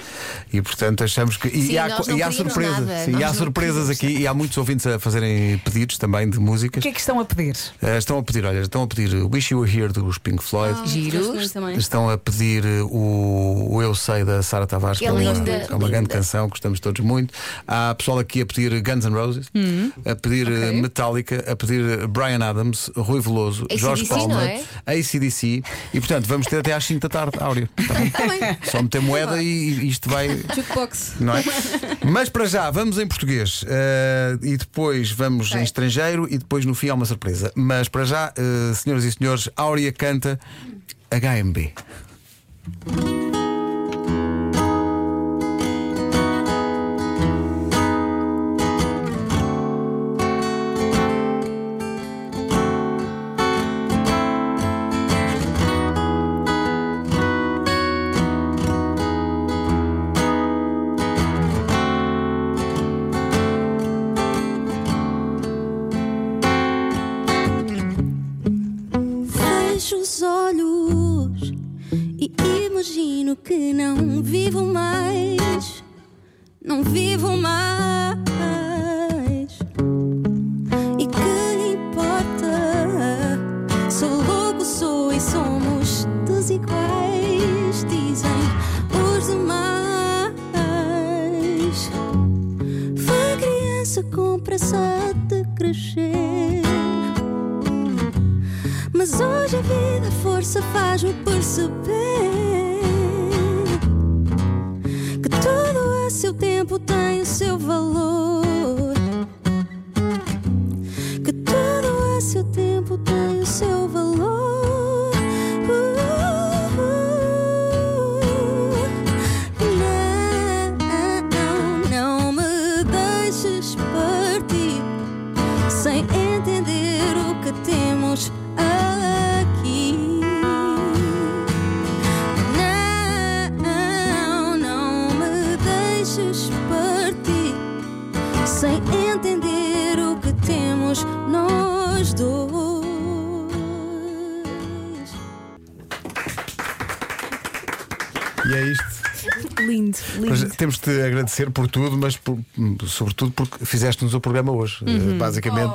Speaker 3: e portanto achamos que. E,
Speaker 9: Sim,
Speaker 3: e há,
Speaker 9: nós
Speaker 3: co-
Speaker 9: não
Speaker 3: e há
Speaker 9: queríamos
Speaker 3: surpresas,
Speaker 9: nada,
Speaker 3: sim,
Speaker 9: nós
Speaker 3: e há
Speaker 9: não
Speaker 3: surpresas aqui e há muitos ouvintes a fazerem pedidos também de
Speaker 1: O
Speaker 3: músicas.
Speaker 1: que é que estão a pedir?
Speaker 3: Eh, estão a pedir, olha, estão a pedir Wish You Were Here dos Pink Floyd.
Speaker 9: Ah.
Speaker 10: Gosto muito
Speaker 9: é?
Speaker 10: também.
Speaker 3: Estão a pedir eh, o, o Eu Sei da Sara Tavares,
Speaker 9: Que
Speaker 3: é uma,
Speaker 9: linda,
Speaker 3: é uma grande
Speaker 9: linda.
Speaker 3: canção, gostamos todos muito. Há
Speaker 9: Hum.
Speaker 3: pessoal aqui a pedir Guns N' Roses, a pedir eh, Metallica, a pedir Brian eh, Adams, Rui Rui Veloso,
Speaker 9: AC/DC,
Speaker 3: Jorge Palma,
Speaker 9: não é?
Speaker 3: ACDC e portanto vamos ter até às 5 da tarde, Áurea. Tá bem? Só meter moeda e- e isto vai.
Speaker 10: Jukebox.
Speaker 3: Não é? Mas para já, vamos em português eh, e depois vamos em estrangeiro e depois no fim há uma surpresa. Mas para já, eh, senhoras e senhores, Áurea canta HMB.
Speaker 7: Fecho os olhos e imagino que não vivo mais. Não vivo mais. E que lhe importa? Sou louco, sou e somos desiguais, dizem os demais. Foi criança com pressa de crescer. Mas hoje a vida, a força faz-me perceber que tudo a seu tempo tem o seu valor. Que tudo a seu tempo tem o seu valor. Uh, Não, não me deixes partir sem entender o que temos aqui. Não, não me deixes partir sem entender o que temos nós dois.
Speaker 3: E é isto.
Speaker 1: Lindo,
Speaker 3: Mas
Speaker 1: lindo.
Speaker 3: temos de te agradecer por tudo, mas por- sobretudo porque fizeste-nos o programa hoje, eh, basicamente.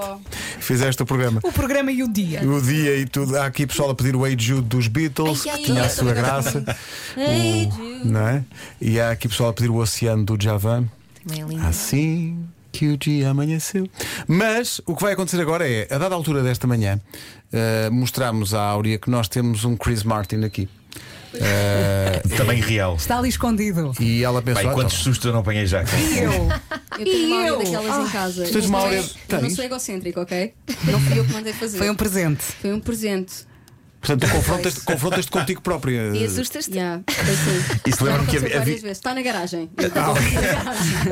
Speaker 3: Fizeste o programa.
Speaker 1: O programa e o dia.
Speaker 3: O dia e tudo. Há aqui pessoal a pedir o Hey Jude dos Beatles,
Speaker 9: Ai, ai,
Speaker 3: que tinha a
Speaker 9: ai,
Speaker 3: sua
Speaker 9: ai,
Speaker 3: graça,
Speaker 7: Ei, Ju.
Speaker 3: não é? E há aqui pessoal a pedir o Oceano do Javan.
Speaker 9: Também é lindo.
Speaker 3: Assim que o dia amanheceu. Mas o que vai acontecer agora é, a dada altura desta manhã, eh, mostramos à Áurea que nós temos um Chris Martin aqui. Eh,
Speaker 8: Também real.
Speaker 1: Está ali escondido.
Speaker 3: e ela pensou.
Speaker 8: Bem,
Speaker 3: "Ah,
Speaker 8: quantos
Speaker 3: então,
Speaker 8: sustos eu não apanhei já?
Speaker 1: E eu?
Speaker 10: Eu tenho uma
Speaker 1: E
Speaker 10: áurea
Speaker 1: eu? Ah,
Speaker 10: daquelas em casa.
Speaker 3: tens uma
Speaker 10: Eu não
Speaker 3: áurea-
Speaker 10: sou- Eu não
Speaker 3: tens?
Speaker 10: sou egocêntrico, ok? Não fui eu que mandei fazer.
Speaker 1: Foi um presente.
Speaker 10: Foi um presente.
Speaker 3: portanto, tu confrontas-te confrontas contigo própria.
Speaker 9: E assustas-te?
Speaker 10: Yeah, foi sim.
Speaker 8: Isso lembra-me que havia,
Speaker 10: Aconteceu várias
Speaker 8: havia,
Speaker 10: vezes. Está na garagem.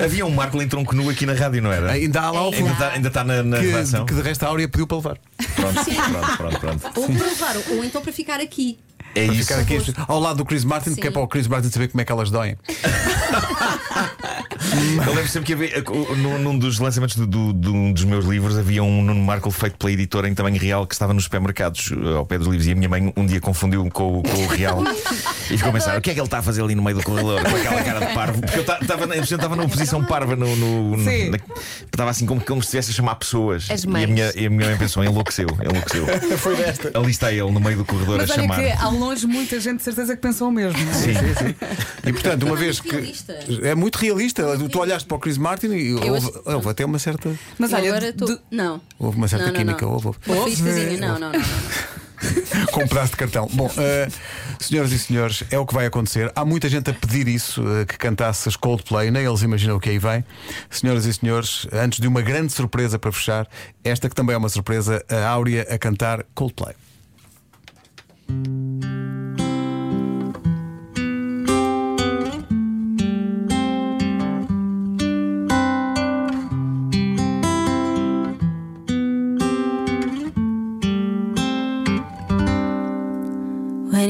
Speaker 8: havia um Marco em tronco nu aqui na rádio, não era?
Speaker 3: Ainda há
Speaker 10: É
Speaker 3: lá o
Speaker 8: Ainda está ainda está na, na
Speaker 3: que,
Speaker 8: redação?
Speaker 3: que de resto a Áurea pediu para levar.
Speaker 8: Pronto, pronto, pronto, pronto.
Speaker 10: Ou para levar, ou então para ficar aqui.
Speaker 8: É isso.
Speaker 3: Ficar aqui ao lado do Chris Martin, porque é para o Chris Martin saber como é que elas doem.
Speaker 8: Eu lembro sempre que havia, eh, num, num dos lançamentos do, do- de um dos meus livros havia um Nuno Marco feito pela editora em tamanho real que estava nos supermercados eh, ao pé dos livros e a minha mãe um dia confundiu-me com, o- com o real e ficou a pensar: o que é que ele está a fazer ali no meio do corredor com aquela cara de parvo? Porque eu estava numa posição parva no. no- no-
Speaker 1: Sim.
Speaker 8: na- estava assim como, como se estivesse a chamar pessoas.
Speaker 9: As
Speaker 8: e, a
Speaker 9: mães.
Speaker 8: minha, e a minha mãe pensou: enlouqueceu, enlouqueceu. Foi desta. Ali está ele no meio do corredor
Speaker 1: Mas
Speaker 8: a
Speaker 1: olha
Speaker 8: chamar.
Speaker 1: que ao longe muita gente de certeza que pensou o mesmo. não é?
Speaker 8: Sim.
Speaker 3: E portanto, uma
Speaker 10: Não,
Speaker 3: vez
Speaker 10: é
Speaker 3: que.
Speaker 10: realista.
Speaker 3: É muito realista. Tu olhaste para o Chris Martin e houve,
Speaker 10: acho-
Speaker 3: houve até uma certa.
Speaker 1: Mas
Speaker 10: E
Speaker 1: olha,
Speaker 10: agora
Speaker 1: de-
Speaker 10: tu. Não.
Speaker 3: Houve uma certa
Speaker 10: Não, não,
Speaker 3: química.
Speaker 10: não.
Speaker 3: Houve, houve.
Speaker 10: Uma faíscazinha. Não, não, não.
Speaker 3: com um pedaço de cartão. Bom, eh, senhoras e senhores, é o que vai acontecer. Há muita gente a pedir isso, eh, que cantasses Coldplay, nem eles imaginam o que aí vem. Senhoras e senhores, antes de uma grande surpresa para fechar, esta que também é uma surpresa, a Áurea a cantar Coldplay.
Speaker 7: When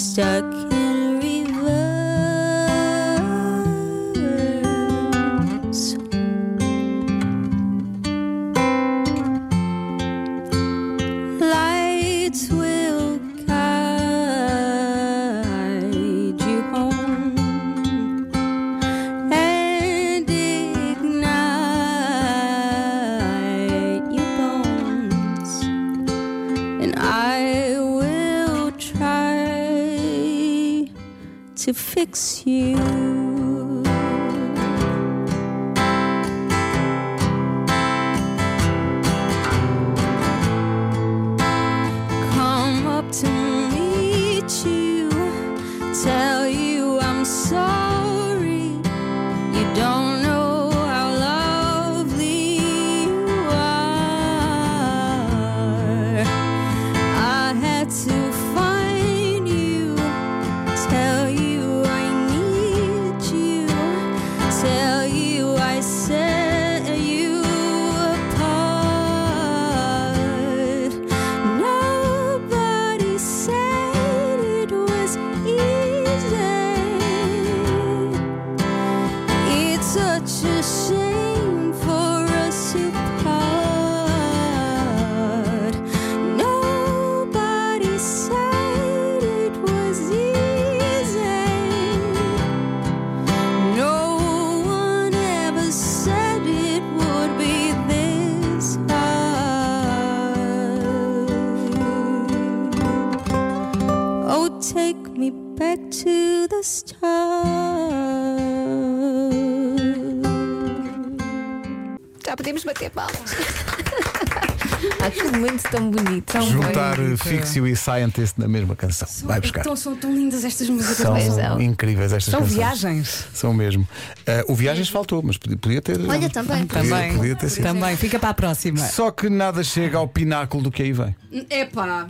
Speaker 7: Stuck in reverse. lights will guide you home and to fix you. Come up to meet you, tell you I'm sorry. You don't know how lovely you are. I had to find you, tell you I need you, tell you I set you apart. Nobody said it was easy. It's such a shame for us to part. Nobody said it was easy. No one ever said it would be this hard. Oh, take me back to the start.
Speaker 9: Já podemos bater palmas. Acho um momento tão bonito. Tão
Speaker 3: Juntar
Speaker 9: bem.
Speaker 3: eh, Fixio e Scientist na mesma canção. Vai buscar.
Speaker 10: Então, são tão lindas estas músicas.
Speaker 3: São
Speaker 9: Pois é.
Speaker 3: incríveis estas
Speaker 1: São
Speaker 3: canções.
Speaker 1: viagens.
Speaker 3: São mesmo. Eh, o Viagens faltou, mas podia, podia ter.
Speaker 9: Olha, também.
Speaker 3: Podia-
Speaker 1: Também.
Speaker 3: podia ter sido.
Speaker 1: Também. Fica para a próxima.
Speaker 3: Só que nada chega ao pináculo do que aí vem.
Speaker 10: Epá,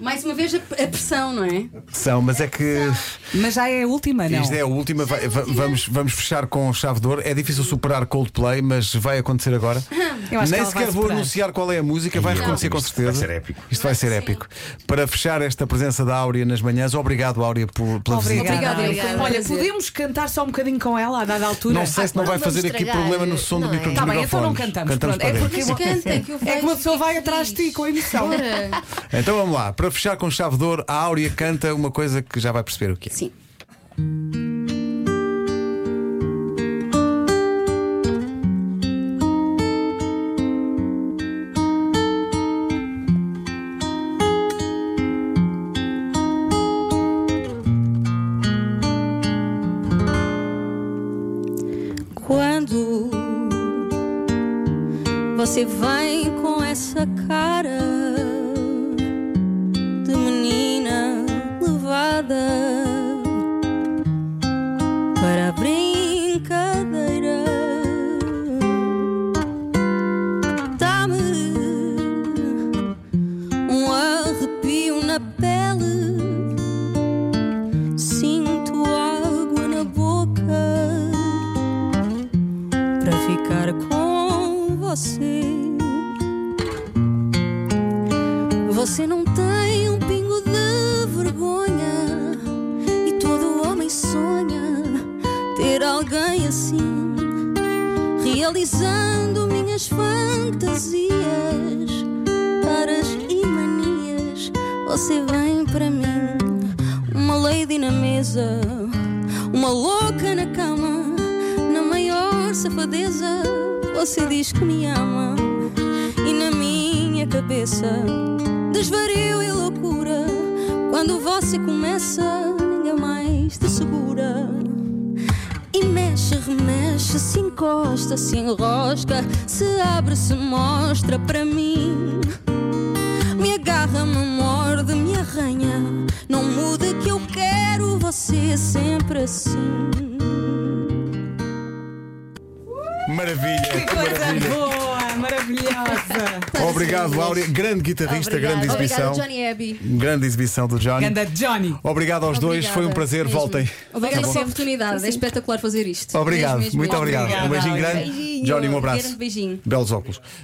Speaker 10: mais uma vez a, a pressão, não é?
Speaker 3: São, mas é que.
Speaker 1: Mas já é a última, não?
Speaker 3: Isto é a última, vai- va- vamos, vamos fechar com chave de ouro. É difícil superar Coldplay, mas vai acontecer agora.
Speaker 1: Eu acho que
Speaker 3: Nem
Speaker 1: ela
Speaker 3: sequer
Speaker 1: vai
Speaker 3: vou
Speaker 1: superar.
Speaker 3: anunciar qual é a música, vai reconhecer com
Speaker 8: Isto
Speaker 3: certeza.
Speaker 8: vai ser épico.
Speaker 3: Isto vai ser épico. Para fechar esta presença da Áurea nas manhãs, obrigado, Áurea, por, pela visita.
Speaker 10: Obrigada, eu, foi um
Speaker 1: Olha,
Speaker 10: prazer.
Speaker 1: podemos cantar só um bocadinho com ela a dada altura? Ah,
Speaker 3: Não sei se não
Speaker 9: não
Speaker 3: vai
Speaker 9: vamos
Speaker 3: fazer aqui
Speaker 9: estragar,
Speaker 3: problema no som do
Speaker 9: não é?
Speaker 3: micro dos
Speaker 9: Tá
Speaker 1: bem, então não
Speaker 3: microfones.
Speaker 1: cantamos, pronto.
Speaker 3: para
Speaker 1: É
Speaker 3: dentro.
Speaker 1: porque-
Speaker 10: Mas canta, que eu
Speaker 1: É que uma pessoa vai atrás de ti com a emoção.
Speaker 3: Então vamos lá, para fechar com chave de ouro, a Áurea canta uma coisa que já vai perceber o que é.
Speaker 10: Sim. Quando você vem com essa cara de menina levada para a brincadeira, dá-me um arrepio na pele, sinto água na boca para ficar com você. Você não tem um pingo de vergonha e todo homem sonha ter alguém assim, realizando minhas fantasias, paras e manias. Você vem para mim, uma lady na mesa, uma louca na cama, na maior safadeza. Você diz que me ama e na minha cabeça desvario e loucura. Quando você começa, ninguém mais te segura. E mexe, remexe, se encosta, se enrosca, se abre, se mostra para mim. Me agarra, me morde, me arranha. Não muda que eu quero você sempre assim.
Speaker 3: é. Maravilha!
Speaker 1: Coisa boa, maravilhosa.
Speaker 3: Obrigado, Áurea. Grande guitarrista, grande
Speaker 9: Obrigada.
Speaker 3: exibição.
Speaker 9: Obrigada, Johnny Abbey.
Speaker 3: Grande exibição do Johnny.
Speaker 1: Ganda Johnny.
Speaker 3: Obrigado aos dois, foi um prazer. Voltem.
Speaker 10: Obrigada pela oportunidade, é espetacular fazer isto.
Speaker 3: Obrigado, muito obrigado. Um beijinho grande.
Speaker 10: Beijinho.
Speaker 3: Johnny, um abraço.
Speaker 10: Grande beijinho.
Speaker 3: Belos óculos.